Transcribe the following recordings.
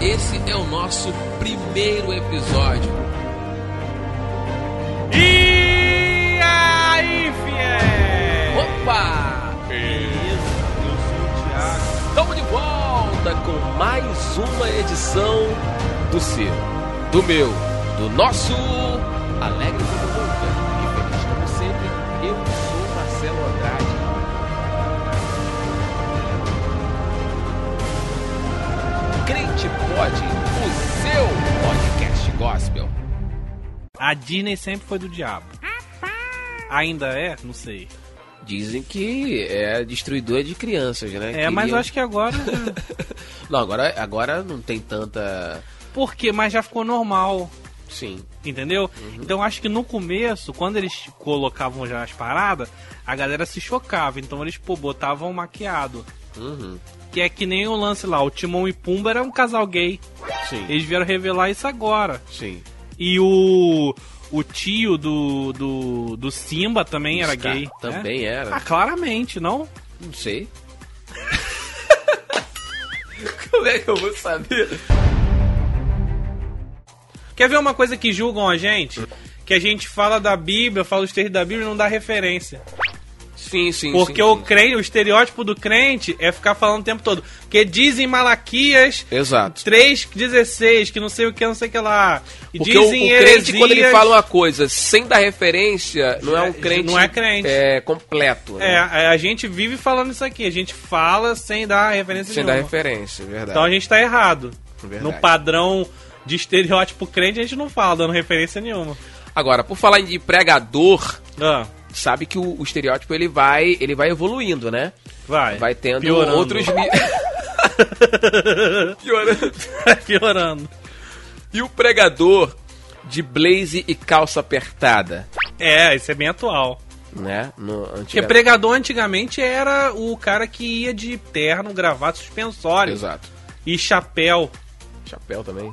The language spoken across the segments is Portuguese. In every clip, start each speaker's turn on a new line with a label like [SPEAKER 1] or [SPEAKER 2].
[SPEAKER 1] Esse é o nosso primeiro episódio.
[SPEAKER 2] E aí, fiel!
[SPEAKER 1] Opa!
[SPEAKER 2] Beleza, eu sou o Thiago.
[SPEAKER 1] Estamos de volta com mais uma edição do seu, do meu, do nosso Alegre como Nunca. E feliz como sempre, eu sou Marcelo Andrade. Crente Pod, o seu podcast gospel.
[SPEAKER 2] A Disney sempre foi do diabo. Ainda é? Não sei.
[SPEAKER 1] Dizem que é destruidora de crianças, né?
[SPEAKER 2] É, mas eu
[SPEAKER 1] Queriam-
[SPEAKER 2] acho que agora.
[SPEAKER 1] Não, agora, agora não tem tanta.
[SPEAKER 2] Por quê? Mas já ficou normal.
[SPEAKER 1] Sim.
[SPEAKER 2] Entendeu? Então acho que no começo, quando eles colocavam já as paradas, a galera se chocava. Então eles, pô, botavam maquiado.
[SPEAKER 1] Uhum.
[SPEAKER 2] Que é que nem o lance lá, o Timão e Pumba era um casal gay.
[SPEAKER 1] Sim.
[SPEAKER 2] Eles vieram revelar isso agora.
[SPEAKER 1] Sim.
[SPEAKER 2] E o. O tio do. do, do Simba também era
[SPEAKER 1] Scar
[SPEAKER 2] gay. né?
[SPEAKER 1] Também era.
[SPEAKER 2] Ah, claramente, não?
[SPEAKER 1] Não sei. Como é que eu vou saber?
[SPEAKER 2] Quer ver uma coisa que julgam a gente? Que a gente fala da Bíblia, fala os textos da Bíblia e não dá referência.
[SPEAKER 1] Sim, sim. sim,
[SPEAKER 2] Porque o
[SPEAKER 1] sim.
[SPEAKER 2] crente, o estereótipo do crente é ficar falando o tempo todo. Porque dizem Malaquias
[SPEAKER 1] Exato.
[SPEAKER 2] 3,16, que não sei o que, não sei o que lá. E
[SPEAKER 1] Porque o, o crente,
[SPEAKER 2] heresias.
[SPEAKER 1] quando ele fala uma coisa sem dar referência, não é um
[SPEAKER 2] É,
[SPEAKER 1] crente.
[SPEAKER 2] não é crente.
[SPEAKER 1] É, completo.
[SPEAKER 2] É,
[SPEAKER 1] né?
[SPEAKER 2] a a gente vive falando isso aqui. A gente fala sem dar referência
[SPEAKER 1] Sem dar
[SPEAKER 2] nenhuma.
[SPEAKER 1] referência, é verdade.
[SPEAKER 2] Então a gente tá errado.
[SPEAKER 1] Verdade.
[SPEAKER 2] No padrão de estereótipo crente, a gente não fala dando referência nenhuma.
[SPEAKER 1] Agora, por falar de pregador,
[SPEAKER 2] Ah,
[SPEAKER 1] sabe que o, o estereótipo ele vai, ele vai evoluindo, né?
[SPEAKER 2] vai.
[SPEAKER 1] Vai tendo
[SPEAKER 2] Piorando.
[SPEAKER 1] outros. mi- Piorando.
[SPEAKER 2] Vai piorando.
[SPEAKER 1] E o pregador de blaze e calça apertada,
[SPEAKER 2] É, isso é bem atual.
[SPEAKER 1] né? No
[SPEAKER 2] Porque
[SPEAKER 1] antiga...
[SPEAKER 2] pregador antigamente era o cara que ia de terno, gravata, suspensório
[SPEAKER 1] Exato.
[SPEAKER 2] e chapéu.
[SPEAKER 1] Chapéu também.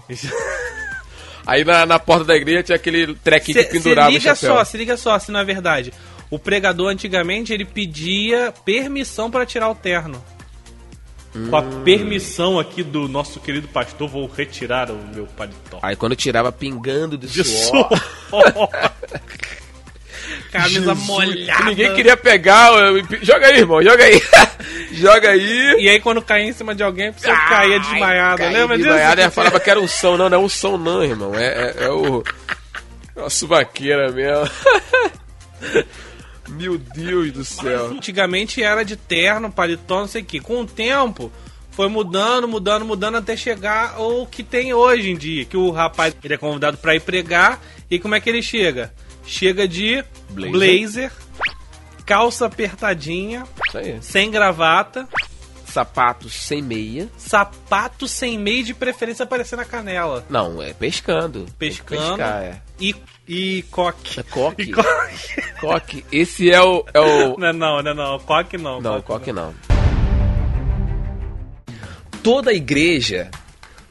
[SPEAKER 1] Aí na, na porta da igreja tinha aquele trequinho
[SPEAKER 2] Se,
[SPEAKER 1] que
[SPEAKER 2] se
[SPEAKER 1] pendurava
[SPEAKER 2] liga
[SPEAKER 1] o chapéu.
[SPEAKER 2] só, assim. se liga só, se na verdade. O pregador antigamente ele pedia permissão pra tirar o terno. Com a
[SPEAKER 1] Hum.
[SPEAKER 2] permissão aqui do nosso querido pastor, vou retirar o meu paletó.
[SPEAKER 1] Aí quando tirava pingando de,
[SPEAKER 2] De
[SPEAKER 1] suor.
[SPEAKER 2] suor. Camisa
[SPEAKER 1] Jesus.
[SPEAKER 2] molhada.
[SPEAKER 1] Ninguém queria pegar. eu- Joga aí, irmão, joga aí. joga aí.
[SPEAKER 2] E aí quando caía em cima de alguém, a pessoa caía desmaiada.
[SPEAKER 1] Caí
[SPEAKER 2] Lembra
[SPEAKER 1] desmaiado,
[SPEAKER 2] disso?
[SPEAKER 1] ela falava que era um som. Não, não é um som não, irmão. É, é, é o... É uma subaqueira mesmo. Meu Deus do céu.
[SPEAKER 2] Antigamente era de terno, paletó, não sei o que. Com o tempo, foi mudando, mudando, mudando até chegar o que tem hoje em dia. Que o rapaz ele é convidado pra ir pregar. E como é que ele chega? Chega de
[SPEAKER 1] Blazer.
[SPEAKER 2] blazer, calça apertadinha,
[SPEAKER 1] Isso aí.
[SPEAKER 2] sem gravata,
[SPEAKER 1] Sapatos sem meia.
[SPEAKER 2] sapato sem meio de preferência aparecendo a canela.
[SPEAKER 1] Não, é pescando. Tem que
[SPEAKER 2] Pescando
[SPEAKER 1] Pescar, é.
[SPEAKER 2] e, e coque.
[SPEAKER 1] É coque.
[SPEAKER 2] E coque.
[SPEAKER 1] Coque. Esse é o. É o...
[SPEAKER 2] Não, não, não, não. Coque não.
[SPEAKER 1] Não, coque não. Toda igreja.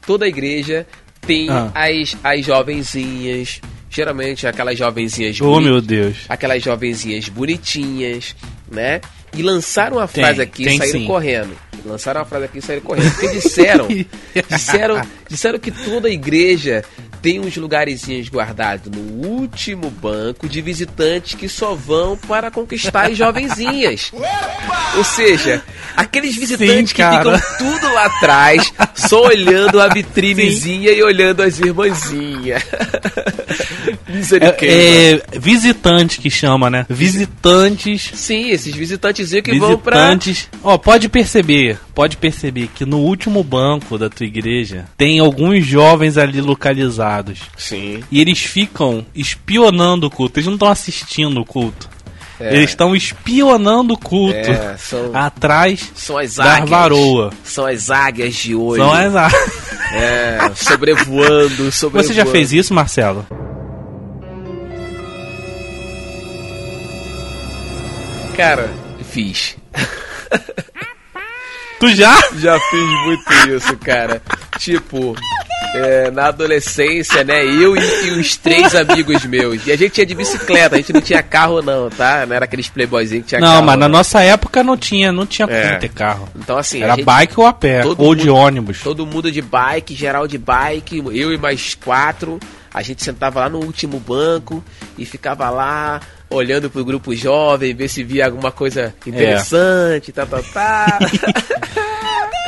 [SPEAKER 1] Toda igreja tem
[SPEAKER 2] Ah.
[SPEAKER 1] as, as jovenzinhas. Geralmente aquelas jovenzinhas
[SPEAKER 2] Oh,
[SPEAKER 1] boni-
[SPEAKER 2] meu Deus.
[SPEAKER 1] Aquelas jovenzinhas bonitinhas, né? E lançaram uma
[SPEAKER 2] Tem,
[SPEAKER 1] frase aqui e
[SPEAKER 2] tem
[SPEAKER 1] saíram
[SPEAKER 2] sim.
[SPEAKER 1] correndo. Lançaram uma frase aqui e saíram correndo. Porque disseram, disseram, disseram que toda igreja tem uns lugarzinhos guardados no último banco de visitantes que só vão para conquistar as jovenzinhas. Ou seja, aqueles visitantes que
[SPEAKER 2] cara.
[SPEAKER 1] ficam tudo lá atrás, só olhando a vitrinezinha e olhando as irmãzinhas. Misericórdia.
[SPEAKER 2] É, é visitante que chama, né? Visitantes.
[SPEAKER 1] Sim, esses visitantezinhos que vão pra.
[SPEAKER 2] Visitantes. Ó, pode perceber, pode perceber que no último banco da tua igreja tem alguns jovens ali localizados.
[SPEAKER 1] Sim.
[SPEAKER 2] E eles ficam espionando o culto. Eles não estão assistindo o culto.
[SPEAKER 1] É.
[SPEAKER 2] Eles estão espionando o culto.
[SPEAKER 1] É, são,
[SPEAKER 2] Atrás
[SPEAKER 1] são as
[SPEAKER 2] da
[SPEAKER 1] águias.
[SPEAKER 2] varoa.
[SPEAKER 1] São as águias de olho.
[SPEAKER 2] são as ar-
[SPEAKER 1] É, sobrevoando, sobrevoando.
[SPEAKER 2] Você já fez isso, Marcelo?
[SPEAKER 1] Cara, fiz.
[SPEAKER 2] Tu já?
[SPEAKER 1] Já fiz muito isso, cara. Tipo, é, na adolescência, né? Eu e, e os três amigos meus. E a gente ia de bicicleta, a gente não tinha carro, não, tá? Não era aqueles playboyzinhos que tinha
[SPEAKER 2] Não,
[SPEAKER 1] carro.
[SPEAKER 2] mas na nossa época não tinha, não tinha
[SPEAKER 1] É.
[SPEAKER 2] como ter carro.
[SPEAKER 1] Então, assim. a
[SPEAKER 2] Era
[SPEAKER 1] gente-
[SPEAKER 2] bike ou a pé, ou
[SPEAKER 1] todo
[SPEAKER 2] de
[SPEAKER 1] mundo-
[SPEAKER 2] ônibus.
[SPEAKER 1] Todo mundo de bike, geral de bike, eu e mais quatro. A gente sentava lá no último banco e ficava lá olhando pro grupo jovem, ver se via alguma coisa
[SPEAKER 2] É.
[SPEAKER 1] interessante, tá, tá, tá.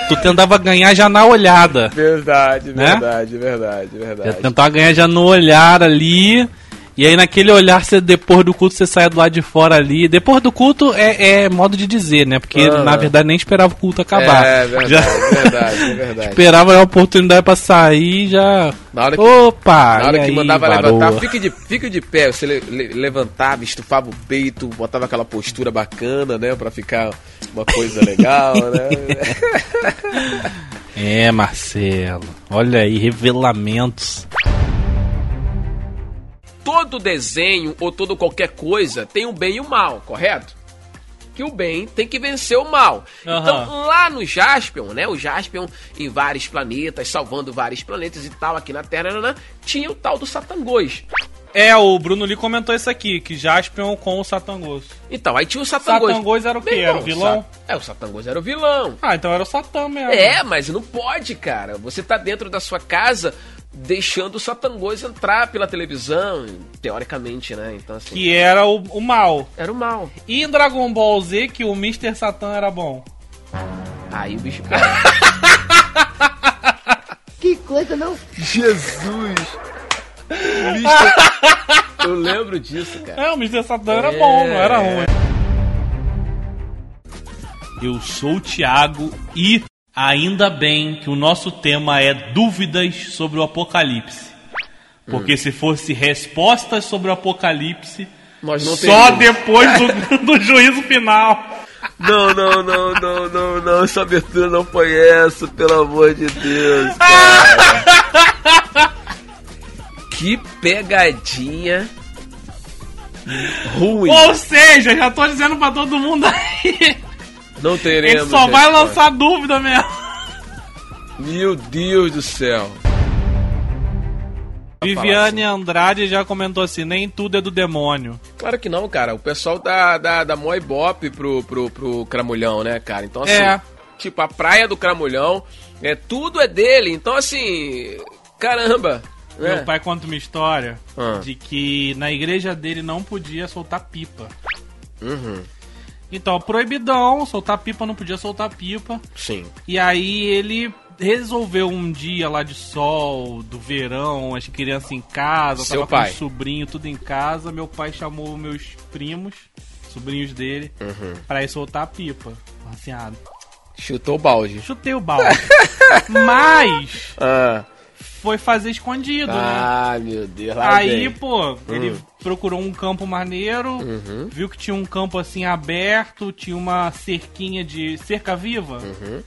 [SPEAKER 2] Tu tentava ganhar já na olhada.
[SPEAKER 1] verdade,
[SPEAKER 2] Né?
[SPEAKER 1] verdade, verdade,
[SPEAKER 2] Já tá
[SPEAKER 1] verdade.
[SPEAKER 2] tentava ganhar já no olhar ali. E aí naquele olhar, você, depois do culto, você saia do lado de fora ali. Depois do culto é, é modo de dizer, né? Porque
[SPEAKER 1] Ah.
[SPEAKER 2] na verdade nem esperava o culto acabar.
[SPEAKER 1] É
[SPEAKER 2] já
[SPEAKER 1] verdade, verdade, é verdade.
[SPEAKER 2] esperava a oportunidade pra sair já.
[SPEAKER 1] Na hora que,
[SPEAKER 2] Opa!
[SPEAKER 1] na hora
[SPEAKER 2] e
[SPEAKER 1] que
[SPEAKER 2] aí,
[SPEAKER 1] mandava
[SPEAKER 2] varoa?
[SPEAKER 1] levantar, fique de, fique de pé. Você le- le- levantava, estufava o peito, botava aquela postura bacana, né? Pra ficar uma coisa legal, né?
[SPEAKER 2] É, Marcelo. Olha aí, revelamentos.
[SPEAKER 1] todo desenho ou todo qualquer coisa tem o bem e o mal, correto? Que o bem tem que vencer o mal.
[SPEAKER 2] Aham.
[SPEAKER 1] Então, lá no Jaspion, né? O Jaspion em vários planetas, salvando vários planetas e tal, aqui na Terra, nananã, tinha o tal do Satangos.
[SPEAKER 2] É, o Bruno Lee comentou isso aqui, que Jaspion com o Satangos.
[SPEAKER 1] Então, aí tinha o Satangos.
[SPEAKER 2] Satangos era o quê?
[SPEAKER 1] Meu
[SPEAKER 2] Era o vilão?
[SPEAKER 1] Sa- É, o Satangos era o vilão.
[SPEAKER 2] Ah, então era o Satã mesmo.
[SPEAKER 1] É, mas não pode, cara. Você tá dentro da sua casa deixando o Satangos entrar pela televisão, teoricamente, né? Então, assim,
[SPEAKER 2] Que era o, o mal.
[SPEAKER 1] era o mal.
[SPEAKER 2] E em Dragon Ball Z que o Mr. Satan era bom.
[SPEAKER 1] Aí o bicho...
[SPEAKER 3] Que coisa não
[SPEAKER 1] Jesus! Mister- Eu lembro disso, cara.
[SPEAKER 2] É, o Mr. Satan era
[SPEAKER 1] É.
[SPEAKER 2] bom, não era ruim. Eu sou o Thiago e ainda bem que o nosso tema é dúvidas sobre o apocalipse.
[SPEAKER 1] Hum.
[SPEAKER 2] Porque se fosse respostas sobre o apocalipse,
[SPEAKER 1] Nós não um.
[SPEAKER 2] só
[SPEAKER 1] teríamos.
[SPEAKER 2] depois do, do juízo final.
[SPEAKER 1] Não, não, não, não, não, não. Essa abertura não foi essa, pelo amor de Deus, que pegadinha ruim.
[SPEAKER 2] Ou seja, já tô dizendo pra todo mundo aí.
[SPEAKER 1] Não teremos.
[SPEAKER 2] Ele só vai
[SPEAKER 1] resposta.
[SPEAKER 2] lançar dúvida mesmo.
[SPEAKER 1] Meu Deus do céu.
[SPEAKER 2] Viviane
[SPEAKER 1] assim.
[SPEAKER 2] Andrade já comentou assim: nem tudo é do demônio.
[SPEAKER 1] Claro que não, cara. O pessoal dá, dá, dá mó ibope pro, pro, pro Cramulhão, né, cara? Então, assim,
[SPEAKER 2] É.
[SPEAKER 1] tipo, a praia do Cramulhão, é, tudo é dele. Então, assim, caramba. né?
[SPEAKER 2] Meu pai conta uma história
[SPEAKER 1] Ah.
[SPEAKER 2] de que na igreja dele não podia soltar pipa.
[SPEAKER 1] Uhum,
[SPEAKER 2] Então, proibidão, soltar pipa, não podia soltar pipa.
[SPEAKER 1] sim.
[SPEAKER 2] E aí ele resolveu um dia lá de sol, do verão, as crianças em casa,
[SPEAKER 1] Seu
[SPEAKER 2] tava
[SPEAKER 1] pai.
[SPEAKER 2] com o sobrinho, tudo em casa. Meu pai chamou meus primos, sobrinhos dele,
[SPEAKER 1] Uhum.
[SPEAKER 2] pra ir soltar a pipa. Assim, ah,
[SPEAKER 1] Chutou o balde.
[SPEAKER 2] chutei o balde. Mas
[SPEAKER 1] Ah,
[SPEAKER 2] foi fazer escondido, né?
[SPEAKER 1] ah meu Deus. lá Hum.
[SPEAKER 2] Aí,
[SPEAKER 1] vem.
[SPEAKER 2] pô, ele procurou um campo maneiro,
[SPEAKER 1] Uhum.
[SPEAKER 2] viu que tinha um campo assim aberto, tinha uma cerquinha de cerca viva,
[SPEAKER 1] Uhum.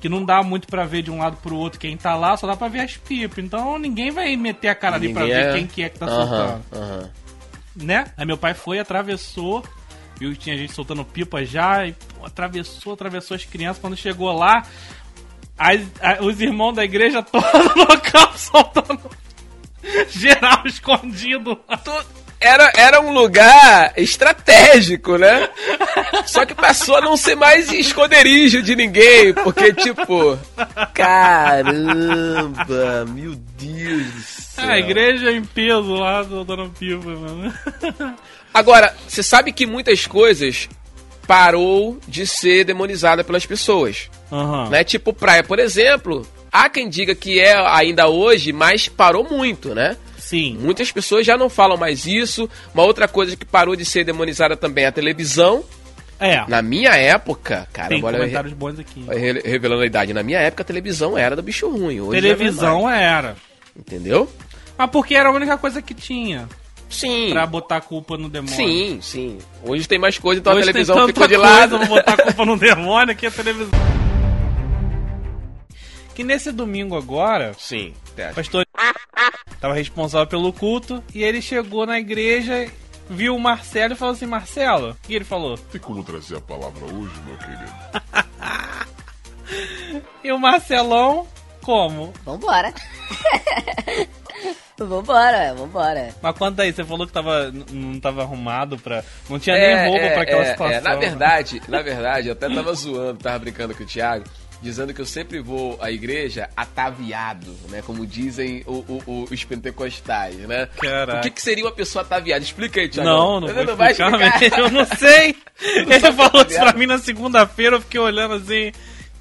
[SPEAKER 2] que não dá muito pra ver de um lado pro outro quem tá lá, só dá pra ver as pipas. Então ninguém vai meter a cara ali pra
[SPEAKER 1] Ninguém
[SPEAKER 2] ver
[SPEAKER 1] é-
[SPEAKER 2] quem que é que tá
[SPEAKER 1] Aham,
[SPEAKER 2] soltando,
[SPEAKER 1] aham.
[SPEAKER 2] né? Aí meu pai foi, atravessou, viu que tinha gente soltando pipa já, e pô, atravessou, atravessou as crianças. Quando chegou lá, as- a- os irmãos da igreja todos no campo soltando geral escondido lá.
[SPEAKER 1] Tu- Era, era um lugar estratégico, né? Só que passou a não ser mais esconderijo de ninguém, porque, tipo. Caramba, meu Deus do céu.
[SPEAKER 2] É, a igreja em peso lá, soltando pipa, mano.
[SPEAKER 1] Agora, você sabe que muitas coisas parou de ser demonizada pelas pessoas.
[SPEAKER 2] Aham.
[SPEAKER 1] Né? Tipo praia, por exemplo. Há quem diga que é ainda hoje, mas parou muito, né?
[SPEAKER 2] Sim.
[SPEAKER 1] Muitas pessoas já não falam mais isso. Uma outra coisa que parou de ser demonizada também é a televisão.
[SPEAKER 2] É.
[SPEAKER 1] Na minha época, cara,
[SPEAKER 2] Tem
[SPEAKER 1] agora
[SPEAKER 2] comentários bons aqui.
[SPEAKER 1] re- revelando a idade. Na minha época, a televisão era do bicho ruim. Hoje é
[SPEAKER 2] Televisão
[SPEAKER 1] verdade,
[SPEAKER 2] era.
[SPEAKER 1] entendeu?
[SPEAKER 2] Mas porque era a única coisa que tinha
[SPEAKER 1] Sim.
[SPEAKER 2] pra botar a culpa no demônio.
[SPEAKER 1] Sim, sim. Hoje tem mais coisa, então
[SPEAKER 2] Hoje
[SPEAKER 1] a
[SPEAKER 2] tem
[SPEAKER 1] televisão
[SPEAKER 2] tanta
[SPEAKER 1] ficou de
[SPEAKER 2] coisa,
[SPEAKER 1] lado.
[SPEAKER 2] Vou botar a culpa no demônio que é a televisão. Que nesse domingo agora,
[SPEAKER 1] Sim,
[SPEAKER 2] o pastor tava responsável pelo culto e ele chegou na igreja, viu o Marcelo e falou assim: Marcelo. E ele falou:
[SPEAKER 4] Tem como trazer a palavra hoje, meu querido?
[SPEAKER 2] E o Marcelão, como?
[SPEAKER 3] Vambora.
[SPEAKER 5] Vambora, vambora.
[SPEAKER 2] Mas conta aí, você falou que tava, n- não tava arrumado pra. Não tinha
[SPEAKER 1] É,
[SPEAKER 2] nem roupa
[SPEAKER 1] é,
[SPEAKER 2] pra aquela
[SPEAKER 1] é, é.
[SPEAKER 2] situação. né?"
[SPEAKER 1] Na verdade, na verdade, eu até tava zoando, tava brincando com o Thiago, dizendo que eu sempre vou à igreja ataviado, né? Como dizem o- o- o- os pentecostais, né?
[SPEAKER 2] Caraca.
[SPEAKER 1] O que, que seria uma pessoa ataviada? Explica aí, Thiago.
[SPEAKER 2] Não, não
[SPEAKER 1] Você
[SPEAKER 2] vou
[SPEAKER 1] vai
[SPEAKER 2] explicar, mesmo, eu não sei. Ele falou isso pra mim na segunda-feira, eu fiquei olhando assim.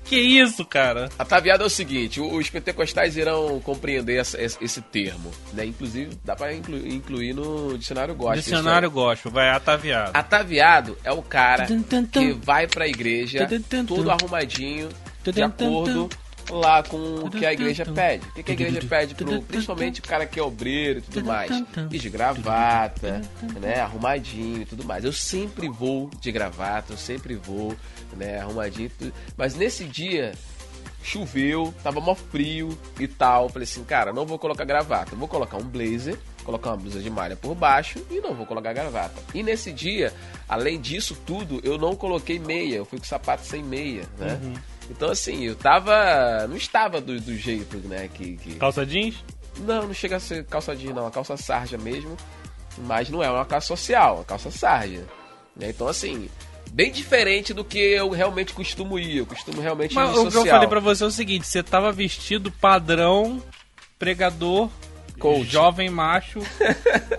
[SPEAKER 2] Que isso, cara?
[SPEAKER 1] Ataviado é o seguinte, o- os pentecostais irão compreender essa- esse, esse termo, né? Inclusive, dá pra inclu- incluir no dicionário gospel. isso aí.
[SPEAKER 2] Dicionário gospel, vai ataviado.
[SPEAKER 1] Ataviado é o cara
[SPEAKER 2] Tum, tum, tum.
[SPEAKER 1] que vai pra igreja
[SPEAKER 2] Tum, tum, tum.
[SPEAKER 1] todo arrumadinho,
[SPEAKER 2] Tum,
[SPEAKER 1] de
[SPEAKER 2] tum,
[SPEAKER 1] acordo lá com o que a igreja pede. O que que a igreja pede pro, principalmente o cara que é obreiro e tudo mais. E de gravata, né, arrumadinho e tudo mais. Eu sempre vou de gravata, eu sempre vou, né, arrumadinho. e tudo. Mas nesse dia choveu, tava mó frio e tal. Falei assim, cara, não vou colocar gravata. Vou colocar um blazer, colocar uma blusa de malha por baixo e não vou colocar gravata. E nesse dia, além disso tudo, eu não coloquei meia. Eu fui com sapato sem meia, né? Então, assim, eu tava. Não estava do, do jeito, né? Que, que-
[SPEAKER 2] Calça jeans?
[SPEAKER 1] Não, não chega a ser calça jeans, não. É uma calça sarja mesmo. Mas não é uma calça social, é uma calça sarja. né? Então, assim, bem diferente do que eu realmente costumo ir. Eu costumo realmente ir
[SPEAKER 2] Mas
[SPEAKER 1] um social.
[SPEAKER 2] o que eu falei pra você é o seguinte: você tava vestido padrão, pregador,
[SPEAKER 1] Coach.
[SPEAKER 2] jovem macho,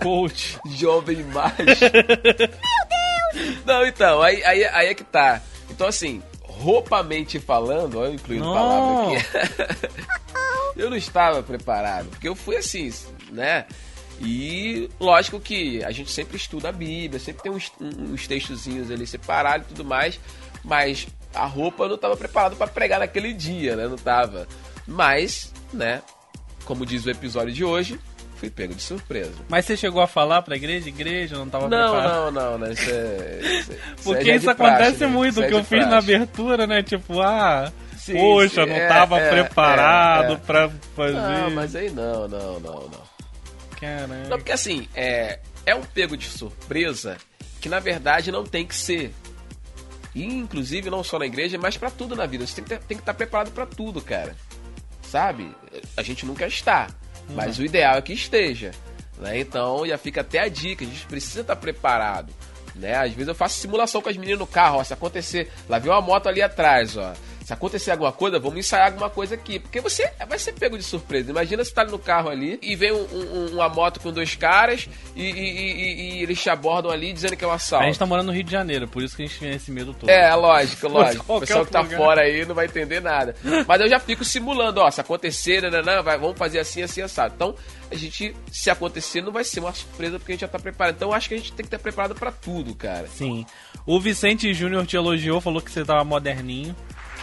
[SPEAKER 2] coach.
[SPEAKER 1] Jovem macho. Meu Deus! Não, então, aí, aí, aí é que tá. Então, assim, roupamente falando, olha eu incluindo
[SPEAKER 2] Não.
[SPEAKER 1] palavra aqui. eu não estava preparado, porque eu fui assim, né? E lógico que a gente sempre estuda a Bíblia, sempre tem uns, um- uns textozinhos ali separados e tudo mais, mas a roupa eu não estava preparado para pregar naquele dia, né? Não tava. Mas, né, como diz o episódio de hoje, fui pego de surpresa.
[SPEAKER 2] Mas você chegou a falar pra igreja? Igreja, não tava
[SPEAKER 1] Não, não,
[SPEAKER 2] preparado?
[SPEAKER 1] não, não. Isso é, isso é- isso é
[SPEAKER 2] Porque
[SPEAKER 1] já de
[SPEAKER 2] isso
[SPEAKER 1] praxe,
[SPEAKER 2] acontece
[SPEAKER 1] né?
[SPEAKER 2] muito,
[SPEAKER 1] Isso
[SPEAKER 2] o
[SPEAKER 1] é
[SPEAKER 2] que eu
[SPEAKER 1] de
[SPEAKER 2] fiz na
[SPEAKER 1] praxe.
[SPEAKER 2] abertura, né? Tipo, ah,
[SPEAKER 1] Sim,
[SPEAKER 2] poxa,
[SPEAKER 1] sim,
[SPEAKER 2] não
[SPEAKER 1] é,
[SPEAKER 2] tava
[SPEAKER 1] é,
[SPEAKER 2] preparado
[SPEAKER 1] é, é.
[SPEAKER 2] pra fazer.
[SPEAKER 1] Não, mas aí não, não, não, não. Não,
[SPEAKER 2] Caramba.
[SPEAKER 1] porque assim, é, é um pego de surpresa que na verdade não tem que ser. E inclusive não só na igreja, mas pra tudo na vida. Você tem que, ter- tem que estar preparado pra tudo, cara. Sabe? A gente nunca está, mas o ideal é que esteja. Né? Então já fica até a dica, a gente precisa estar preparado. Né? Às vezes eu faço simulação com as meninas no carro, ó, se acontecer, lá vem uma moto ali atrás, ó. Se acontecer alguma coisa, vamos ensaiar alguma coisa aqui. Porque você vai ser pego de surpresa. Imagina você tá no carro ali e vem um- um- uma moto com dois caras e, e- e- e- e eles te abordam ali dizendo que é um assalto.
[SPEAKER 2] A gente tá morando no Rio de Janeiro, por isso que a gente tinha esse medo todo.
[SPEAKER 1] É, lógico, lógico. O
[SPEAKER 2] Qualquer
[SPEAKER 1] pessoal que tá
[SPEAKER 2] lugar.
[SPEAKER 1] fora aí não vai entender nada. Mas eu já fico simulando, ó, se acontecer, nananã, vai, vamos fazer assim, assim, assado. Então, a gente, se acontecer, não vai ser uma surpresa porque a gente já tá preparado. Então, eu acho que a gente tem que estar preparado pra tudo, cara.
[SPEAKER 2] Sim. O Vicente Júnior te elogiou, falou que você tava moderninho.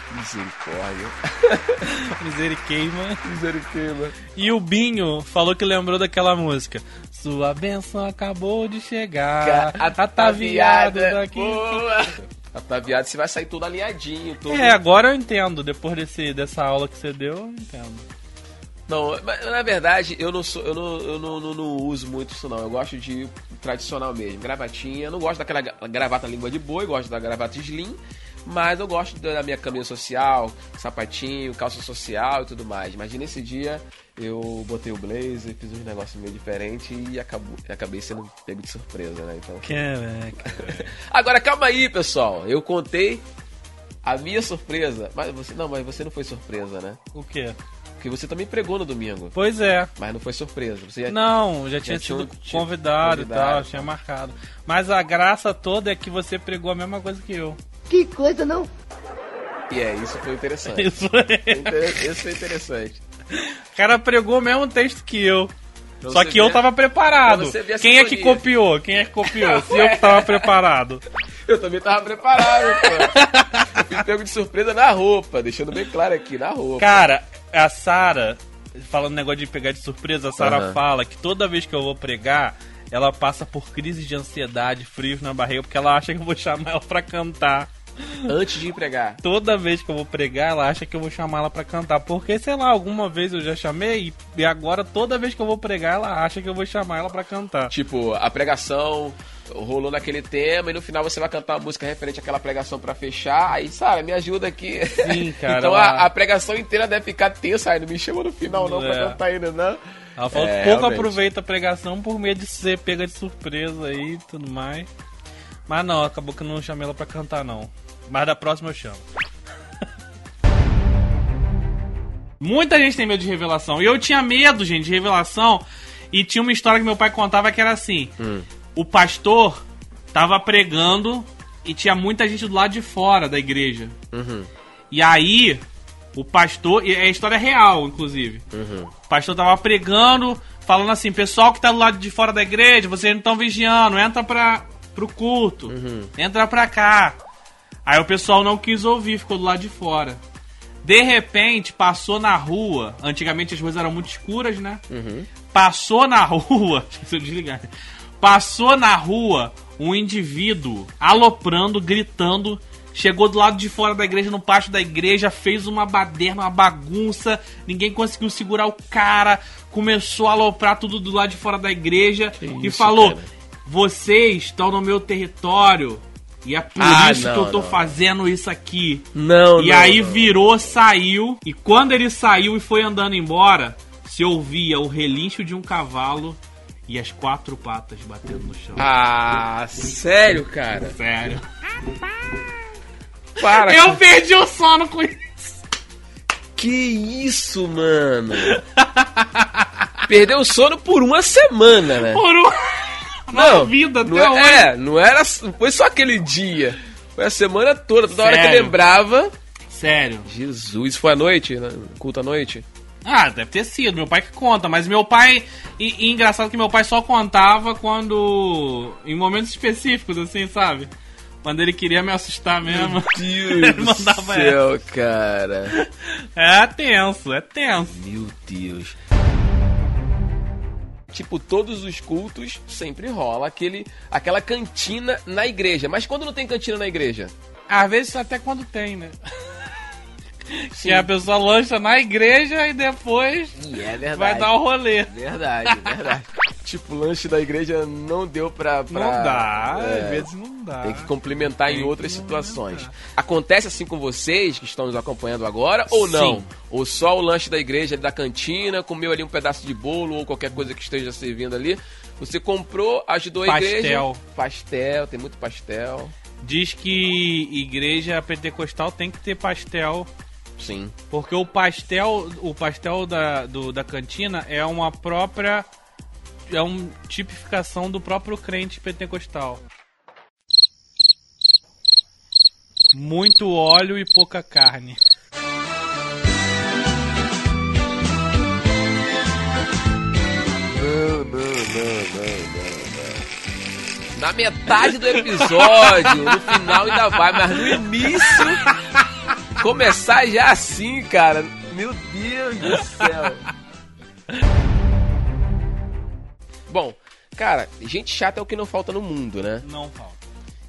[SPEAKER 1] Misericórdia.
[SPEAKER 2] Misericórdia.
[SPEAKER 1] Misericórdia.
[SPEAKER 2] E o Binho falou que lembrou daquela música. Sua benção acabou de chegar. Ataviado daqui.
[SPEAKER 1] Boa. Ataviado, você vai sair todo alinhadinho, todo.
[SPEAKER 2] É, agora eu entendo. Depois desse, dessa aula que você deu, eu entendo.
[SPEAKER 1] Não, mas na verdade eu não sou, eu não, eu não, não- não uso muito isso não. Eu gosto de tradicional mesmo, gravatinha. Eu não gosto daquela gra- gravata língua de boi, eu gosto da gravata slim, mas eu gosto da minha camisa social, sapatinho, calça social e tudo mais. Mas nesse dia eu botei o blazer, fiz uns negócios meio diferente e acabou, acabei sendo pego de surpresa, né? Então.
[SPEAKER 2] é, Caraca.
[SPEAKER 1] Agora calma aí, pessoal. Eu contei a minha surpresa, mas você não, mas você não foi surpresa, né?
[SPEAKER 2] O quê?
[SPEAKER 1] Porque você também pregou no domingo.
[SPEAKER 2] Pois é.
[SPEAKER 1] Mas não foi surpresa. Você já
[SPEAKER 2] Não, já tinha
[SPEAKER 1] Já tinha
[SPEAKER 2] sido
[SPEAKER 1] um- tinha-
[SPEAKER 2] convidado e tal,
[SPEAKER 1] convidado.
[SPEAKER 2] tinha marcado. Mas a graça toda é que você pregou a mesma coisa que eu.
[SPEAKER 3] Que coisa não
[SPEAKER 1] E é, isso foi interessante.
[SPEAKER 2] Isso aí.
[SPEAKER 1] Inter- Isso foi interessante.
[SPEAKER 2] O cara pregou o mesmo texto que eu.
[SPEAKER 1] Então
[SPEAKER 2] Só
[SPEAKER 1] você
[SPEAKER 2] que eu
[SPEAKER 1] vê-
[SPEAKER 2] tava preparado.
[SPEAKER 1] Então você vê a
[SPEAKER 2] Quem é que
[SPEAKER 1] sintonia.
[SPEAKER 2] copiou? Quem é que copiou? Se eu que tava preparado.
[SPEAKER 1] Eu também tava preparado, pô. Eu Fui pego de surpresa na roupa, deixando bem claro aqui, na roupa.
[SPEAKER 2] Cara, a Sara, falando um negócio de pegar de surpresa, a Sara
[SPEAKER 1] Aham.
[SPEAKER 2] fala que toda vez que eu vou pregar, ela passa por crises de ansiedade, frios na barriga, porque ela acha que eu vou chamar ela pra cantar.
[SPEAKER 1] Antes de empregar.
[SPEAKER 2] Toda vez que eu vou pregar, ela acha que eu vou chamar ela pra cantar. Porque, sei lá, alguma vez eu já chamei e- e agora toda vez que eu vou pregar, ela acha que eu vou chamar ela pra cantar.
[SPEAKER 1] Tipo, a pregação rolou naquele tema e no final você vai cantar uma música referente àquela pregação pra fechar. Aí, Sara, me ajuda aqui.
[SPEAKER 2] Sim, cara,
[SPEAKER 1] então
[SPEAKER 2] lá-
[SPEAKER 1] a, a pregação inteira deve ficar tensa. Aí não me chama no final não pra
[SPEAKER 2] É.
[SPEAKER 1] cantar ainda, não.
[SPEAKER 2] Ela falou
[SPEAKER 1] É,
[SPEAKER 2] que pouco
[SPEAKER 1] realmente.
[SPEAKER 2] aproveita a pregação por medo de ser pega de surpresa aí e tudo mais. Mas não, acabou que eu não chamei ela pra cantar, não. Mas da próxima eu chamo. Muita gente tem medo de revelação. E eu tinha medo, gente, de revelação. E tinha uma história que meu pai contava que era assim:
[SPEAKER 1] Hum.
[SPEAKER 2] o pastor tava pregando e tinha muita gente do lado de fora da igreja.
[SPEAKER 1] Uhum.
[SPEAKER 2] E aí, o pastor. e É história real, inclusive.
[SPEAKER 1] Uhum.
[SPEAKER 2] O pastor tava pregando, falando assim: pessoal que tá do lado de fora da igreja, vocês não estão vigiando, entra pra, pro culto, entra pra cá. Aí o pessoal não quis ouvir, ficou do lado de fora. De repente, passou na rua. Antigamente as ruas eram muito escuras, né? Passou na rua. Deixa eu desligar. Passou na rua um indivíduo aloprando, gritando. Chegou do lado de fora da igreja, no pátio da igreja, fez uma baderna, uma bagunça. Ninguém conseguiu segurar o cara. Começou a aloprar tudo do lado de fora da igreja e
[SPEAKER 1] isso,
[SPEAKER 2] falou:
[SPEAKER 1] cara?
[SPEAKER 2] Vocês estão no meu território. E é por
[SPEAKER 1] Ah,
[SPEAKER 2] isso que
[SPEAKER 1] não,
[SPEAKER 2] eu tô
[SPEAKER 1] não.
[SPEAKER 2] fazendo isso aqui.
[SPEAKER 1] Não,
[SPEAKER 2] E
[SPEAKER 1] não,
[SPEAKER 2] aí
[SPEAKER 1] não.
[SPEAKER 2] virou, saiu. E quando ele saiu e foi andando embora, se ouvia o relincho de um cavalo e as quatro patas batendo no chão.
[SPEAKER 1] Ah, sério, cara?
[SPEAKER 2] Sério.
[SPEAKER 1] Para.
[SPEAKER 2] Eu perdi o sono com isso.
[SPEAKER 1] Que isso, mano? Perdeu o sono por uma semana, né?
[SPEAKER 2] Por um...
[SPEAKER 1] Não,
[SPEAKER 2] vida
[SPEAKER 1] não
[SPEAKER 2] até hoje.
[SPEAKER 1] é, é, não era, não foi só aquele dia. Foi a semana toda, toda hora que
[SPEAKER 2] Sério?
[SPEAKER 1] lembrava.
[SPEAKER 2] Sério.
[SPEAKER 1] Jesus, foi à noite, né? culto à noite.
[SPEAKER 2] Ah, deve ter sido. Meu pai que conta. Mas meu pai. E, e engraçado que meu pai só contava quando. Em momentos específicos, assim, sabe? Quando ele queria me assustar mesmo.
[SPEAKER 1] Deus
[SPEAKER 2] Ele mandava
[SPEAKER 1] do céu, cara.
[SPEAKER 2] É tenso, é tenso.
[SPEAKER 1] Meu Deus. Tipo, todos os cultos sempre rola aquele, aquela cantina na igreja. Mas quando não tem cantina na igreja?
[SPEAKER 2] Às vezes até quando tem, né? Que a pessoa lancha na igreja e depois
[SPEAKER 1] E é verdade.
[SPEAKER 2] vai dar o rolê.
[SPEAKER 1] Verdade, verdade. tipo, lanche da igreja não deu pra. pra-
[SPEAKER 2] Não dá, às
[SPEAKER 1] É.
[SPEAKER 2] vezes não dá.
[SPEAKER 1] Tem que complementar
[SPEAKER 2] Tem
[SPEAKER 1] em
[SPEAKER 2] que
[SPEAKER 1] outras
[SPEAKER 2] complementar.
[SPEAKER 1] situações. Acontece assim com vocês que estão nos acompanhando agora ou não?
[SPEAKER 2] Sim.
[SPEAKER 1] Ou só o lanche da igreja, da cantina, comeu ali um pedaço de bolo ou qualquer coisa que esteja servindo ali. Você comprou, ajudou a
[SPEAKER 2] Pastel.
[SPEAKER 1] igreja. Pastel, tem muito pastel.
[SPEAKER 2] Diz que igreja pentecostal tem que ter pastel,
[SPEAKER 1] Sim.
[SPEAKER 2] porque o pastel, o pastel da, do- da cantina é uma própria é uma tipificação do próprio crente pentecostal. Muito óleo e pouca carne.
[SPEAKER 4] Não, não, não, não,
[SPEAKER 1] Na metade do episódio, no final ainda vai, mas no início, começar já assim, cara. Meu Deus do céu. Bom, cara, gente chata é o que não falta no mundo, né?
[SPEAKER 2] Não falta.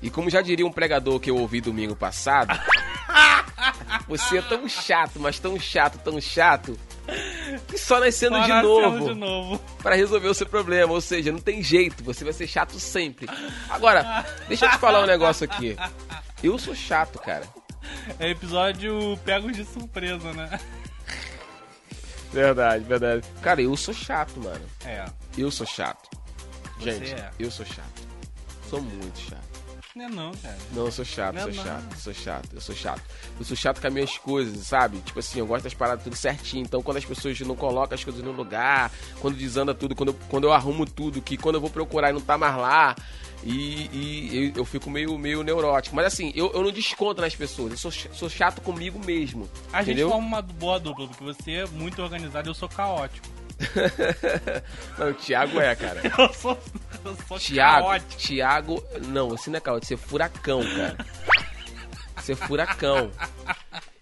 [SPEAKER 1] E como já diria um pregador que eu ouvi domingo passado, você é tão chato, mas tão chato, tão chato, que só nascendo
[SPEAKER 2] Só
[SPEAKER 1] de
[SPEAKER 2] nasceu
[SPEAKER 1] novo
[SPEAKER 2] é um de novo.
[SPEAKER 1] pra resolver o seu problema. Ou seja, não tem jeito, você vai ser chato sempre. Agora, deixa eu te falar um negócio aqui. Eu sou chato, cara.
[SPEAKER 2] É episódio Pegos de Surpresa, né?
[SPEAKER 1] Verdade, verdade. Cara, eu sou chato, mano.
[SPEAKER 2] É.
[SPEAKER 1] Eu sou chato.
[SPEAKER 2] Você
[SPEAKER 1] Gente,
[SPEAKER 2] é.
[SPEAKER 1] eu sou chato. Sou muito chato.
[SPEAKER 2] Não é não, cara.
[SPEAKER 1] Não, eu sou chato,
[SPEAKER 2] Não é
[SPEAKER 1] sou
[SPEAKER 2] não.
[SPEAKER 1] chato, sou chato, eu sou chato. Eu sou chato com as minhas coisas, sabe? Tipo assim, eu gosto das paradas tudo certinho. Então, quando as pessoas não colocam as coisas no lugar, quando desanda tudo, quando eu, quando eu arrumo tudo, que quando eu vou procurar e não tá mais lá, e, e eu, eu fico meio, meio neurótico. Mas assim, eu, eu não desconto nas pessoas, eu sou, ch- sou chato comigo mesmo.
[SPEAKER 2] A
[SPEAKER 1] entendeu?
[SPEAKER 2] gente forma uma boa dupla, porque você é muito organizado e eu sou caótico.
[SPEAKER 1] Não, o Thiago é, cara.
[SPEAKER 2] Eu sou, eu sou
[SPEAKER 1] Tiago,
[SPEAKER 2] caótico.
[SPEAKER 1] Tiago, não, você não é caótico, você é furacão, cara. Você é furacão.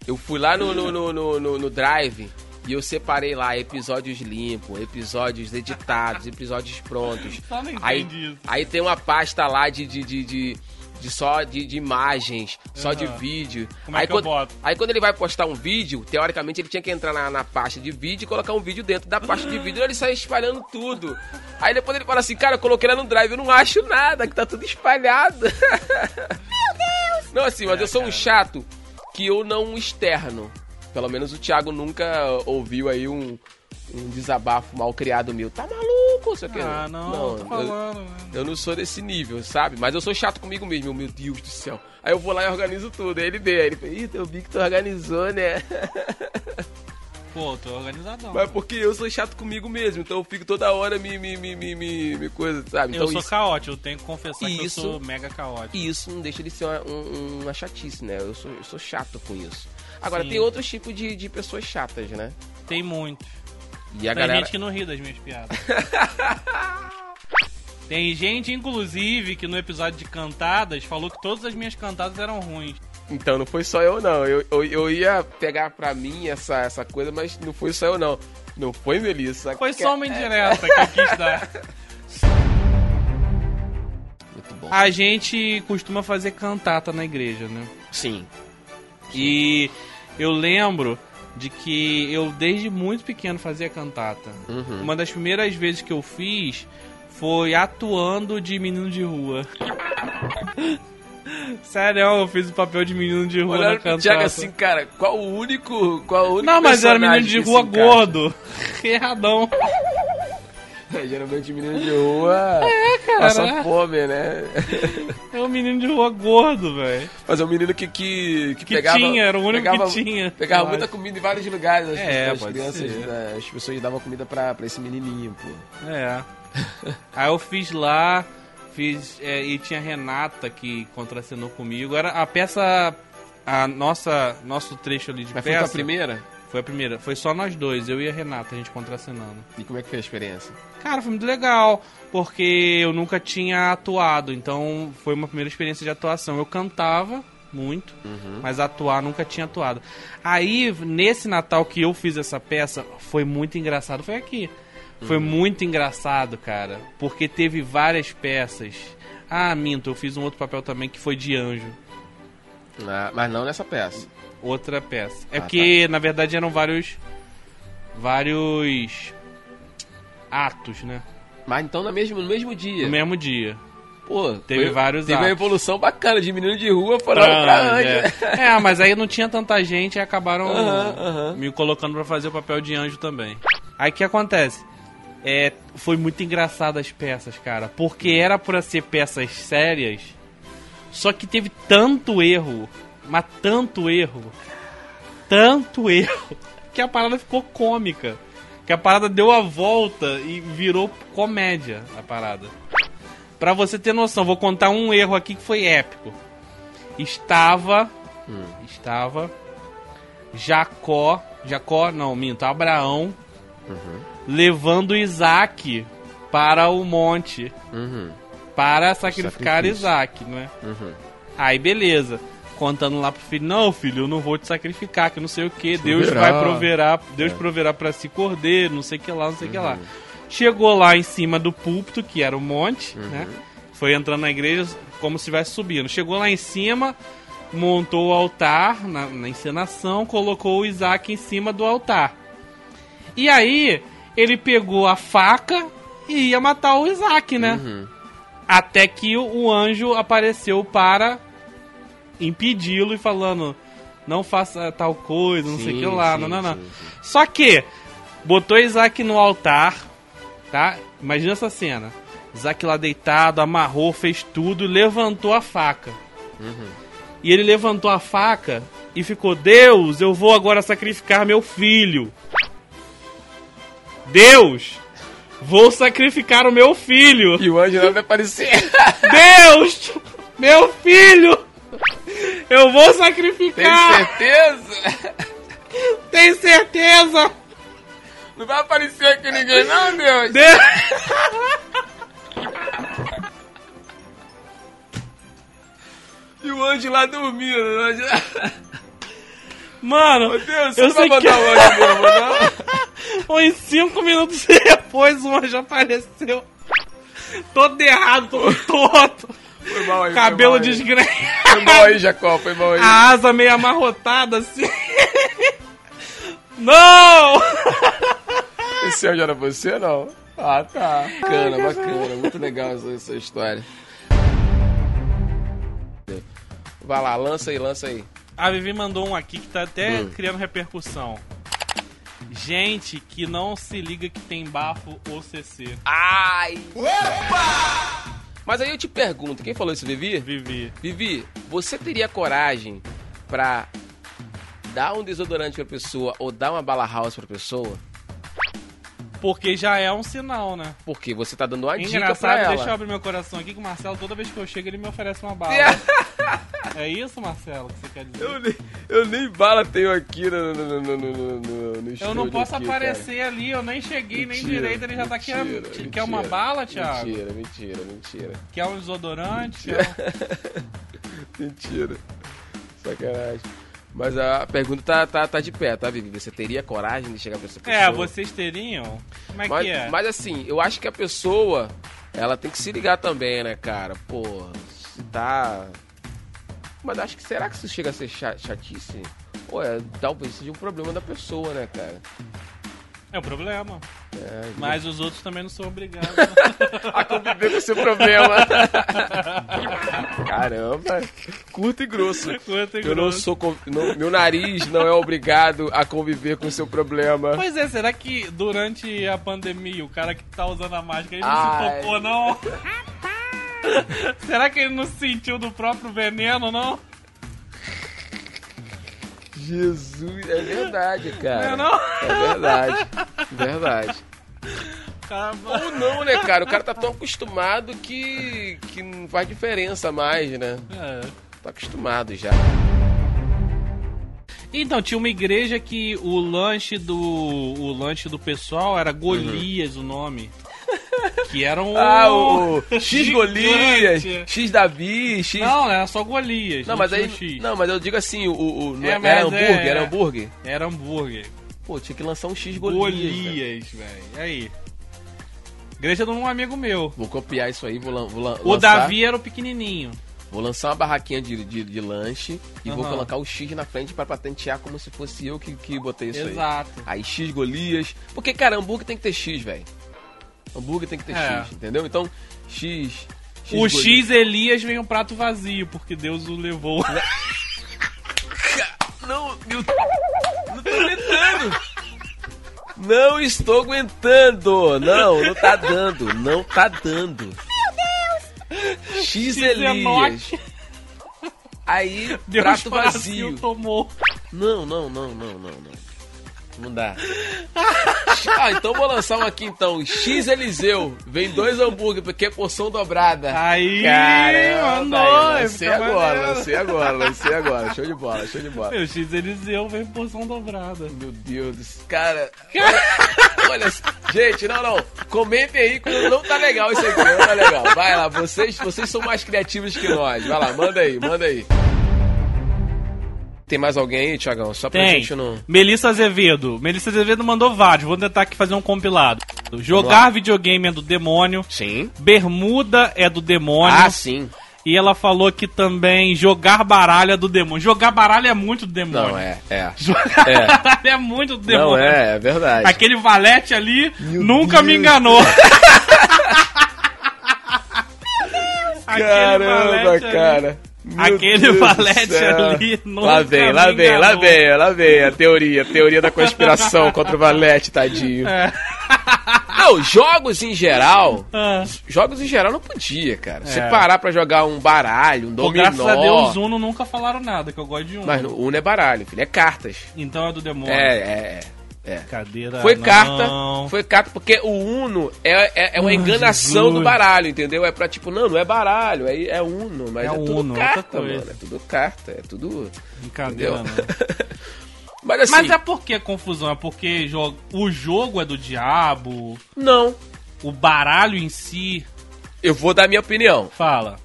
[SPEAKER 1] Eu fui lá no, no, no, no, no- no Drive e eu separei lá episódios limpos, episódios editados, episódios prontos.
[SPEAKER 2] Só não entendi
[SPEAKER 1] Aí,
[SPEAKER 2] isso.
[SPEAKER 1] aí tem uma pasta lá de, de, de, de- de só de, de imagens, só de
[SPEAKER 2] Aham.
[SPEAKER 1] vídeo.
[SPEAKER 2] Como é
[SPEAKER 1] aí,
[SPEAKER 2] que eu
[SPEAKER 1] quando,
[SPEAKER 2] boto?
[SPEAKER 1] aí quando ele vai postar um vídeo, teoricamente ele tinha que entrar na, na pasta de vídeo e colocar um vídeo dentro da pasta de vídeo, ele sai espalhando tudo. Aí depois ele fala assim, cara, eu coloquei lá no drive, eu não acho nada, que tá tudo espalhado. Meu Deus! Não, assim,
[SPEAKER 2] É,
[SPEAKER 1] mas eu sou um chato que eu não externo. Pelo menos o Thiago nunca ouviu aí um, um desabafo mal criado meu. Tá maluco? Sei o quê.
[SPEAKER 2] Ah, não, não tô
[SPEAKER 1] eu,
[SPEAKER 2] falando, né? mano.
[SPEAKER 1] eu não sou desse nível, sabe? Mas eu sou chato comigo mesmo, meu Deus do céu. Aí eu vou lá e organizo tudo. Aí ele vê, aí ele fala, Ih, teu Bic tu organizou, né?
[SPEAKER 2] Pô, tô organizadão.
[SPEAKER 1] Mas porque eu sou chato comigo mesmo, então eu fico toda hora me, me, me, me, me, me coisa, sabe?
[SPEAKER 2] eu
[SPEAKER 1] Então
[SPEAKER 2] sou
[SPEAKER 1] isso,
[SPEAKER 2] caótico, eu tenho que confessar que eu
[SPEAKER 1] Isso.
[SPEAKER 2] sou mega caótico.
[SPEAKER 1] isso não deixa de ser uma, um- uma chatice, né? Eu sou, eu sou chato com isso. Agora,
[SPEAKER 2] Sim.
[SPEAKER 1] tem outros tipos de, de pessoas chatas, né?
[SPEAKER 2] Tem muito.
[SPEAKER 1] E a
[SPEAKER 2] Tem
[SPEAKER 1] galera.
[SPEAKER 2] gente que não ri das minhas piadas. Tem gente, inclusive, que no episódio de cantadas falou que todas as minhas cantadas eram ruins.
[SPEAKER 1] Então, não foi só eu, não. Eu, eu, eu ia pegar pra mim essa, essa coisa, mas não foi só eu, não. Não foi, Melissa.
[SPEAKER 2] Foi só uma indireta que eu quis dar.
[SPEAKER 1] Muito bom.
[SPEAKER 2] A gente costuma fazer cantata na igreja, né?
[SPEAKER 1] Sim.
[SPEAKER 2] E eu lembro de que eu desde muito pequeno fazia cantata.
[SPEAKER 1] Uhum.
[SPEAKER 2] Uma das primeiras vezes que eu fiz foi atuando de menino de rua. Sério, eu fiz o papel de menino de rua na
[SPEAKER 1] Olhando pro
[SPEAKER 2] cantata.
[SPEAKER 1] Thiago assim, cara, qual o único. Qual o único
[SPEAKER 2] Não, mas eu era menino
[SPEAKER 1] personagem assim,
[SPEAKER 2] de
[SPEAKER 1] que
[SPEAKER 2] rua
[SPEAKER 1] se encaixa?
[SPEAKER 2] gordo. Erradão.
[SPEAKER 1] É, geralmente menino de rua. É, cara. Passa fome, né?
[SPEAKER 2] É um menino de rua gordo, velho.
[SPEAKER 1] Mas é um menino que. Que, que,
[SPEAKER 2] Que
[SPEAKER 1] pegava,
[SPEAKER 2] tinha, era o único que
[SPEAKER 1] pegava-
[SPEAKER 2] tinha.
[SPEAKER 1] Pegava
[SPEAKER 2] Eu
[SPEAKER 1] muita
[SPEAKER 2] acho.
[SPEAKER 1] comida em vários lugares. As,
[SPEAKER 2] É,
[SPEAKER 1] as
[SPEAKER 2] pode
[SPEAKER 1] crianças,
[SPEAKER 2] ser.
[SPEAKER 1] né, as pessoas davam comida pra, pra esse menininho, pô.
[SPEAKER 2] É. Aí eu fiz lá, fiz. é, e tinha a Renata que contracenou comigo. Era a peça. A nossa. Nosso trecho ali de
[SPEAKER 1] Mas foi
[SPEAKER 2] peça.
[SPEAKER 1] tua primeira?
[SPEAKER 2] Foi a primeira. Foi só nós dois, eu e a Renata, a gente contracenando.
[SPEAKER 1] E como é que foi a experiência?
[SPEAKER 2] Cara, foi muito legal, porque eu nunca tinha atuado, então foi uma primeira experiência de atuação. Eu cantava muito,
[SPEAKER 1] Uhum.
[SPEAKER 2] mas atuar nunca tinha atuado. Aí, nesse Natal que eu fiz essa peça, foi muito engraçado. Foi aqui.
[SPEAKER 1] Uhum.
[SPEAKER 2] Foi muito engraçado, cara, porque teve várias peças. Ah, minto, eu fiz um outro papel também que foi de anjo.
[SPEAKER 1] Ah, mas não nessa peça.
[SPEAKER 2] Outra peça. É
[SPEAKER 1] Ah,
[SPEAKER 2] porque, na verdade, eram vários. Vários. Atos, né?
[SPEAKER 1] Mas então no mesmo, no mesmo dia.
[SPEAKER 2] No mesmo dia.
[SPEAKER 1] Pô,
[SPEAKER 2] Teve vários
[SPEAKER 1] Teve uma
[SPEAKER 2] atos.
[SPEAKER 1] evolução bacana de menino de rua pra,
[SPEAKER 2] Pra
[SPEAKER 1] pra,
[SPEAKER 2] anjo,
[SPEAKER 1] anjo.
[SPEAKER 2] é. É, mas aí não tinha tanta gente e acabaram
[SPEAKER 1] Aham, aham.
[SPEAKER 2] me colocando pra fazer o papel de anjo também. Aí o que acontece? É, foi muito engraçado as peças, cara, porque
[SPEAKER 1] Hum.
[SPEAKER 2] era pra ser peças sérias, só que teve tanto erro, mas tanto erro, tanto erro, que a parada ficou cômica. Que a parada deu a volta e virou comédia a parada. Pra você ter noção, vou contar um erro aqui que foi épico. Estava.
[SPEAKER 1] Hum.
[SPEAKER 2] Estava. Jacó. Jacó, não, minto, Abraão.
[SPEAKER 1] Uhum.
[SPEAKER 2] Levando Isaac para o monte.
[SPEAKER 1] Uhum,
[SPEAKER 2] Para sacrificar
[SPEAKER 1] Sacrifício.
[SPEAKER 2] Isaac, não é?
[SPEAKER 1] uhum.
[SPEAKER 2] Aí beleza. Contando lá pro filho, não, filho, eu não vou te sacrificar, que não sei o que, Deus
[SPEAKER 1] Proverá.
[SPEAKER 2] vai proverá, Deus
[SPEAKER 1] É. Uhum.
[SPEAKER 2] proverá pra si cordeiro, não sei o que lá, não sei o que lá. Chegou lá em cima do púlpito, que era o monte, né? Foi entrando na igreja como se estivesse subindo. Chegou lá em cima, montou o altar na, na encenação, colocou o Isaac em cima do altar. E aí, ele pegou a faca e ia matar o Isaac,
[SPEAKER 1] Uhum.
[SPEAKER 2] né? Até que o- o anjo apareceu para impedi-lo e falando: não faça tal coisa, não sei o que lá, não, não, não. Só que, botou Isaac no altar, tá? Imagina essa cena. Isaac lá deitado, amarrou, fez tudo, levantou a faca. E ele levantou a faca e ficou: Deus, eu vou agora sacrificar meu filho. Deus, vou sacrificar o meu filho.
[SPEAKER 1] E o anjo não vai aparecer.
[SPEAKER 2] Deus, meu filho, eu vou
[SPEAKER 1] Tem
[SPEAKER 2] sacrificar.
[SPEAKER 1] certeza?
[SPEAKER 2] Tem certeza?
[SPEAKER 1] Não vai aparecer aqui ninguém, não, Deus.
[SPEAKER 2] Deus...
[SPEAKER 1] E o anjo lá dormindo. O anjo...
[SPEAKER 2] Mano,
[SPEAKER 1] Ô, Deus, você
[SPEAKER 2] eu
[SPEAKER 1] não vai
[SPEAKER 2] sei que
[SPEAKER 1] botar o anjo mesmo, não?
[SPEAKER 2] uns 5 minutos depois o anjo apareceu. Todo errado, todo torto.
[SPEAKER 1] Foi mal aí, foi
[SPEAKER 2] Cabelo
[SPEAKER 1] mal aí.
[SPEAKER 2] desgrenhado.
[SPEAKER 1] Foi mal aí, Jacó, foi mal aí.
[SPEAKER 2] A asa meio amarrotada assim. Não!
[SPEAKER 1] Esse anjo era você ou não? Ah, tá. Bacana, bacana. Muito legal essa, essa história. Vai lá, lança aí, lança aí.
[SPEAKER 2] A Vivi mandou um aqui que tá até criando repercussão. Gente que não se liga que tem bafo ou CC.
[SPEAKER 1] Ai! Mas aí eu te pergunto, quem falou isso, Vivi?
[SPEAKER 2] Vivi.
[SPEAKER 1] Vivi, você teria coragem pra dar um desodorante pra pessoa ou dar uma bala house pra pessoa?
[SPEAKER 2] Porque já é um sinal, né?
[SPEAKER 1] Porque você tá dando uma dica pra
[SPEAKER 2] Engraçado,
[SPEAKER 1] ela.
[SPEAKER 2] deixa eu abrir meu coração aqui que o Marcelo, toda vez que eu chego, ele me oferece uma bala. é isso, Marcelo, que você quer dizer?
[SPEAKER 1] Eu nem, eu nem bala tenho aqui no, no, no, no, no, no, no
[SPEAKER 2] Eu
[SPEAKER 1] estúdio
[SPEAKER 2] não posso
[SPEAKER 1] aqui,
[SPEAKER 2] aparecer ali, eu nem cheguei, nem
[SPEAKER 1] Mentira,
[SPEAKER 2] direito, ele já tá aqui.
[SPEAKER 1] mentira,
[SPEAKER 2] quer
[SPEAKER 1] mentira,
[SPEAKER 2] uma bala, Thiago?
[SPEAKER 1] Mentira, mentira, mentira.
[SPEAKER 2] Quer um desodorante? Quer
[SPEAKER 1] Mentira. Sacanagem. Mas a pergunta tá, tá, tá de pé, tá, Vivi? Você teria coragem de chegar pra essa
[SPEAKER 2] um-
[SPEAKER 1] pessoa?
[SPEAKER 2] É, vocês teriam? Como é
[SPEAKER 1] Mas,
[SPEAKER 2] que é?
[SPEAKER 1] mas assim, eu acho que a pessoa, ela tem que se ligar também, né, cara? Pô, se tá... Mas acho que será que isso chega a ser cha- chatice? Pô, é, talvez seja um problema da pessoa, né, cara?
[SPEAKER 2] É um problema.
[SPEAKER 1] É,
[SPEAKER 2] Mas os outros também não são obrigados.
[SPEAKER 1] a conviver com o seu problema. Caramba, curto e grosso.
[SPEAKER 2] Quanto é
[SPEAKER 1] Eu não
[SPEAKER 2] grosso.
[SPEAKER 1] sou. con- não- meu nariz não é obrigado a conviver com o seu problema.
[SPEAKER 2] Pois é, será que durante a pandemia o cara que tá usando a máscara ele não
[SPEAKER 1] Ai.
[SPEAKER 2] se tocou, não? será que ele não sentiu do próprio veneno, não?
[SPEAKER 1] Jesus, é verdade, cara.
[SPEAKER 2] Não, não.
[SPEAKER 1] É verdade. Verdade.
[SPEAKER 2] Caramba.
[SPEAKER 1] Ou não, né, cara? O cara tá tão acostumado que. que não faz diferença mais, né?
[SPEAKER 2] É.
[SPEAKER 1] Tá acostumado já.
[SPEAKER 2] Então, tinha uma igreja que o lanche do. O lanche do pessoal era Golias o nome. Que era um.
[SPEAKER 1] Ah, o. X
[SPEAKER 2] Gigante.
[SPEAKER 1] Golias, X Davi, X.
[SPEAKER 2] Não, era só Golias.
[SPEAKER 1] Não, mas
[SPEAKER 2] tinha
[SPEAKER 1] aí.
[SPEAKER 2] um X.
[SPEAKER 1] Não, mas eu digo assim, o. o, o-
[SPEAKER 2] É,
[SPEAKER 1] era
[SPEAKER 2] mas
[SPEAKER 1] hambúrguer?
[SPEAKER 2] é-
[SPEAKER 1] Era hambúrguer?
[SPEAKER 2] Era hambúrguer.
[SPEAKER 1] Pô, tinha que lançar um X Golias. né?
[SPEAKER 2] Golias, velho. E aí? Igreja de um amigo meu.
[SPEAKER 1] Vou copiar isso aí, vou, lan- vou lan-
[SPEAKER 2] O
[SPEAKER 1] lançar.
[SPEAKER 2] Davi era o pequenininho.
[SPEAKER 1] Vou lançar uma barraquinha de, de, de lanche e vou
[SPEAKER 2] Aham.
[SPEAKER 1] colocar o X na frente pra patentear como se fosse eu que, que botei isso
[SPEAKER 2] Exato.
[SPEAKER 1] aí. Aí X Golias. Porque, cara, hambúrguer tem que ter X, velho. Hambúrguer tem que ter
[SPEAKER 2] É.
[SPEAKER 1] X, entendeu? Então, X.
[SPEAKER 2] O
[SPEAKER 1] Golias.
[SPEAKER 2] X Elias vem um prato vazio, porque Deus o levou.
[SPEAKER 1] Não, meu. Não tô aguentando! Não estou aguentando! Não, não tá dando! Não tá dando! Meu Deus! X é Elias.
[SPEAKER 2] Enoque.
[SPEAKER 1] Aí,
[SPEAKER 2] Deus
[SPEAKER 1] prato
[SPEAKER 2] vazio
[SPEAKER 1] vazio.
[SPEAKER 2] tomou.
[SPEAKER 1] Não, não, não, não, não, não. Não dá. Ah, então vou lançar um aqui então. X Eliseu. Vem dois hambúrguer, porque é porção dobrada.
[SPEAKER 2] Aí,
[SPEAKER 1] Caramba,
[SPEAKER 2] mandou.
[SPEAKER 1] aí,
[SPEAKER 2] aí
[SPEAKER 1] lancei
[SPEAKER 2] fica
[SPEAKER 1] agora,
[SPEAKER 2] maneiro.
[SPEAKER 1] lancei agora, lancei agora. Show de bola, show de bola.
[SPEAKER 2] Meu X Eliseu vem porção dobrada.
[SPEAKER 1] Meu Deus, do céu, cara. Olha, gente, não, não. Comentem aí quando não tá legal isso aqui. Não tá legal. Vai lá, vocês, vocês são mais criativos que nós. Vai lá, manda aí, manda aí. Tem mais alguém aí, Tiagão? Só pra
[SPEAKER 2] Tem.
[SPEAKER 1] gente não.
[SPEAKER 2] Melissa Azevedo. Melissa Azevedo mandou vários. Vou tentar aqui fazer um compilado. Jogar videogame é do demônio.
[SPEAKER 1] Sim.
[SPEAKER 2] Bermuda é do demônio.
[SPEAKER 1] Ah, sim.
[SPEAKER 2] E ela falou que também jogar baralho é do demônio. Jogar baralho é muito do demônio.
[SPEAKER 1] Não, é, é.
[SPEAKER 2] Jogar
[SPEAKER 1] É.
[SPEAKER 2] baralho é muito do
[SPEAKER 1] Não,
[SPEAKER 2] demônio.
[SPEAKER 1] é, é verdade.
[SPEAKER 2] Aquele valete ali
[SPEAKER 1] Meu
[SPEAKER 2] nunca me
[SPEAKER 1] Deus.
[SPEAKER 2] enganou. Aquele
[SPEAKER 1] Caramba,
[SPEAKER 2] valete ali-
[SPEAKER 1] cara. Meu
[SPEAKER 2] Aquele
[SPEAKER 1] Deus do
[SPEAKER 2] valete
[SPEAKER 1] céu.
[SPEAKER 2] ali nunca
[SPEAKER 1] Lá vem, lá
[SPEAKER 2] me
[SPEAKER 1] vem, lá
[SPEAKER 2] enganou.
[SPEAKER 1] vem, lá vem. A teoria, a teoria da conspiração contra o valete, tadinho.
[SPEAKER 2] É.
[SPEAKER 1] Não, jogos em geral.
[SPEAKER 2] Ah.
[SPEAKER 1] Jogos em geral não podia, cara. Você
[SPEAKER 2] É.
[SPEAKER 1] parar pra jogar um baralho, um
[SPEAKER 2] Pô, graças a
[SPEAKER 1] dominó.
[SPEAKER 2] Deus, Uno nunca falaram nada, que eu gosto de Uno.
[SPEAKER 1] Mas no- Uno é baralho, filho. É cartas.
[SPEAKER 2] Então é do demônio.
[SPEAKER 1] É, é, é. é.
[SPEAKER 2] Cadeira
[SPEAKER 1] Foi
[SPEAKER 2] Ah, não.
[SPEAKER 1] carta, foi carta, porque o Uno é, é, é uma
[SPEAKER 2] Ah,
[SPEAKER 1] enganação
[SPEAKER 2] Jesus.
[SPEAKER 1] do baralho, entendeu? É pra tipo, não, não é baralho, é, é Uno, mas
[SPEAKER 2] É
[SPEAKER 1] é, tudo
[SPEAKER 2] Uno, outra
[SPEAKER 1] carta,
[SPEAKER 2] coisa.
[SPEAKER 1] mano. É tudo carta, é tudo.
[SPEAKER 2] Brincadeira,
[SPEAKER 1] Entendeu?
[SPEAKER 2] não.
[SPEAKER 1] mas assim,
[SPEAKER 2] Mas é porque a confusão, é porque jo- o jogo é do diabo,
[SPEAKER 1] não.
[SPEAKER 2] o baralho em si.
[SPEAKER 1] Eu vou dar minha opinião.
[SPEAKER 2] Fala.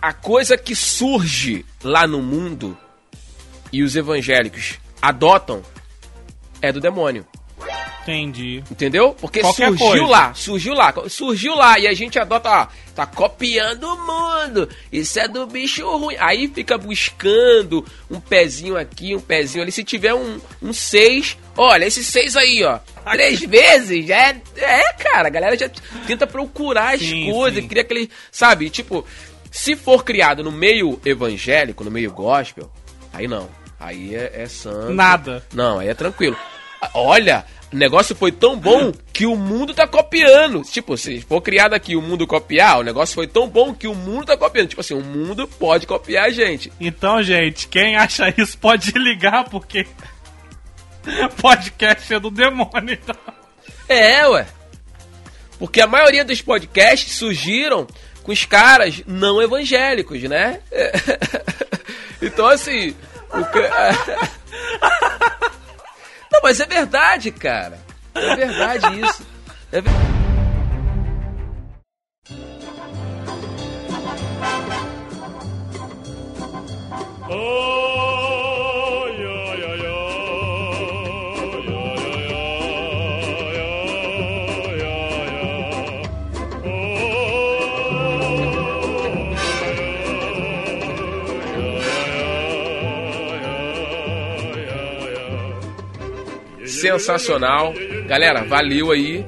[SPEAKER 1] A coisa que surge lá no mundo e os evangélicos adotam é do demônio.
[SPEAKER 2] Entendi.
[SPEAKER 1] Entendeu? Porque
[SPEAKER 2] Qualquer
[SPEAKER 1] surgiu
[SPEAKER 2] coisa.
[SPEAKER 1] lá, surgiu lá, surgiu lá, e a gente adota, ó, tá copiando o mundo, isso é do bicho ruim. Aí fica buscando um pezinho aqui, um pezinho ali. Se tiver um, um seis, olha, esse seis aí, ó, três vezes, já é, é, cara, a galera já tenta procurar as
[SPEAKER 2] Sim,
[SPEAKER 1] coisas,
[SPEAKER 2] sim.
[SPEAKER 1] cria aquele, sabe, tipo, se for criado no meio evangélico, no meio gospel, aí não, aí é, é santo.
[SPEAKER 2] Nada.
[SPEAKER 1] Não, aí é tranquilo. Olha, o negócio foi tão bom que o mundo tá copiando. Tipo, se for criado aqui o mundo copiar, o negócio foi tão bom que o mundo tá copiando. Tipo assim, o mundo pode copiar a gente.
[SPEAKER 2] Então, gente, quem acha isso pode ligar, porque podcast é do demônio. Então.
[SPEAKER 1] É, ué. Porque a maioria dos podcasts surgiram com os caras não evangélicos, né? É. Então, assim. o ca- Não, mas é verdade, cara. É verdade isso. É ver- Sensacional. Galera, valeu aí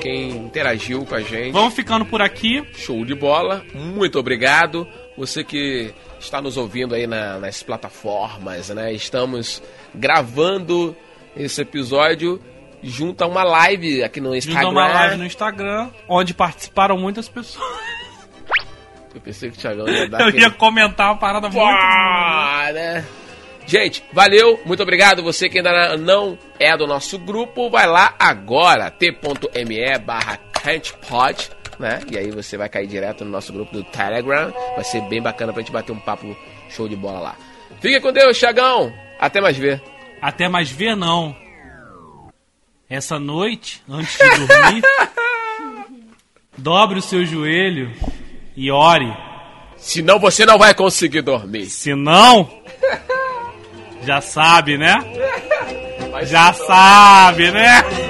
[SPEAKER 1] quem interagiu com a gente.
[SPEAKER 2] Vamos ficando por aqui.
[SPEAKER 1] Show de bola, muito obrigado. Você que está nos ouvindo aí na- nas plataformas, né? Estamos gravando esse episódio junto a uma live aqui no Instagram.
[SPEAKER 2] Junto a uma live no Instagram, onde participaram muitas pessoas.
[SPEAKER 1] Eu pensei que o Thiagão ia dar
[SPEAKER 2] Eu
[SPEAKER 1] aquele...
[SPEAKER 2] ia comentar uma parada muito.
[SPEAKER 1] Pá, né? Gente, valeu, muito obrigado. Você que ainda não é do nosso grupo, vai lá agora, t.me barra cantpod, né? E aí você vai cair direto no nosso grupo do Telegram. Vai ser bem bacana pra gente bater um papo show de bola lá. Fica com Deus, Chagão. Até mais ver.
[SPEAKER 2] Até mais ver, não. Essa noite, antes de dormir, dobre o seu joelho e ore.
[SPEAKER 1] Senão você não vai conseguir dormir.
[SPEAKER 2] Se não, já sabe, né?
[SPEAKER 1] Vai
[SPEAKER 2] Já sabe, né?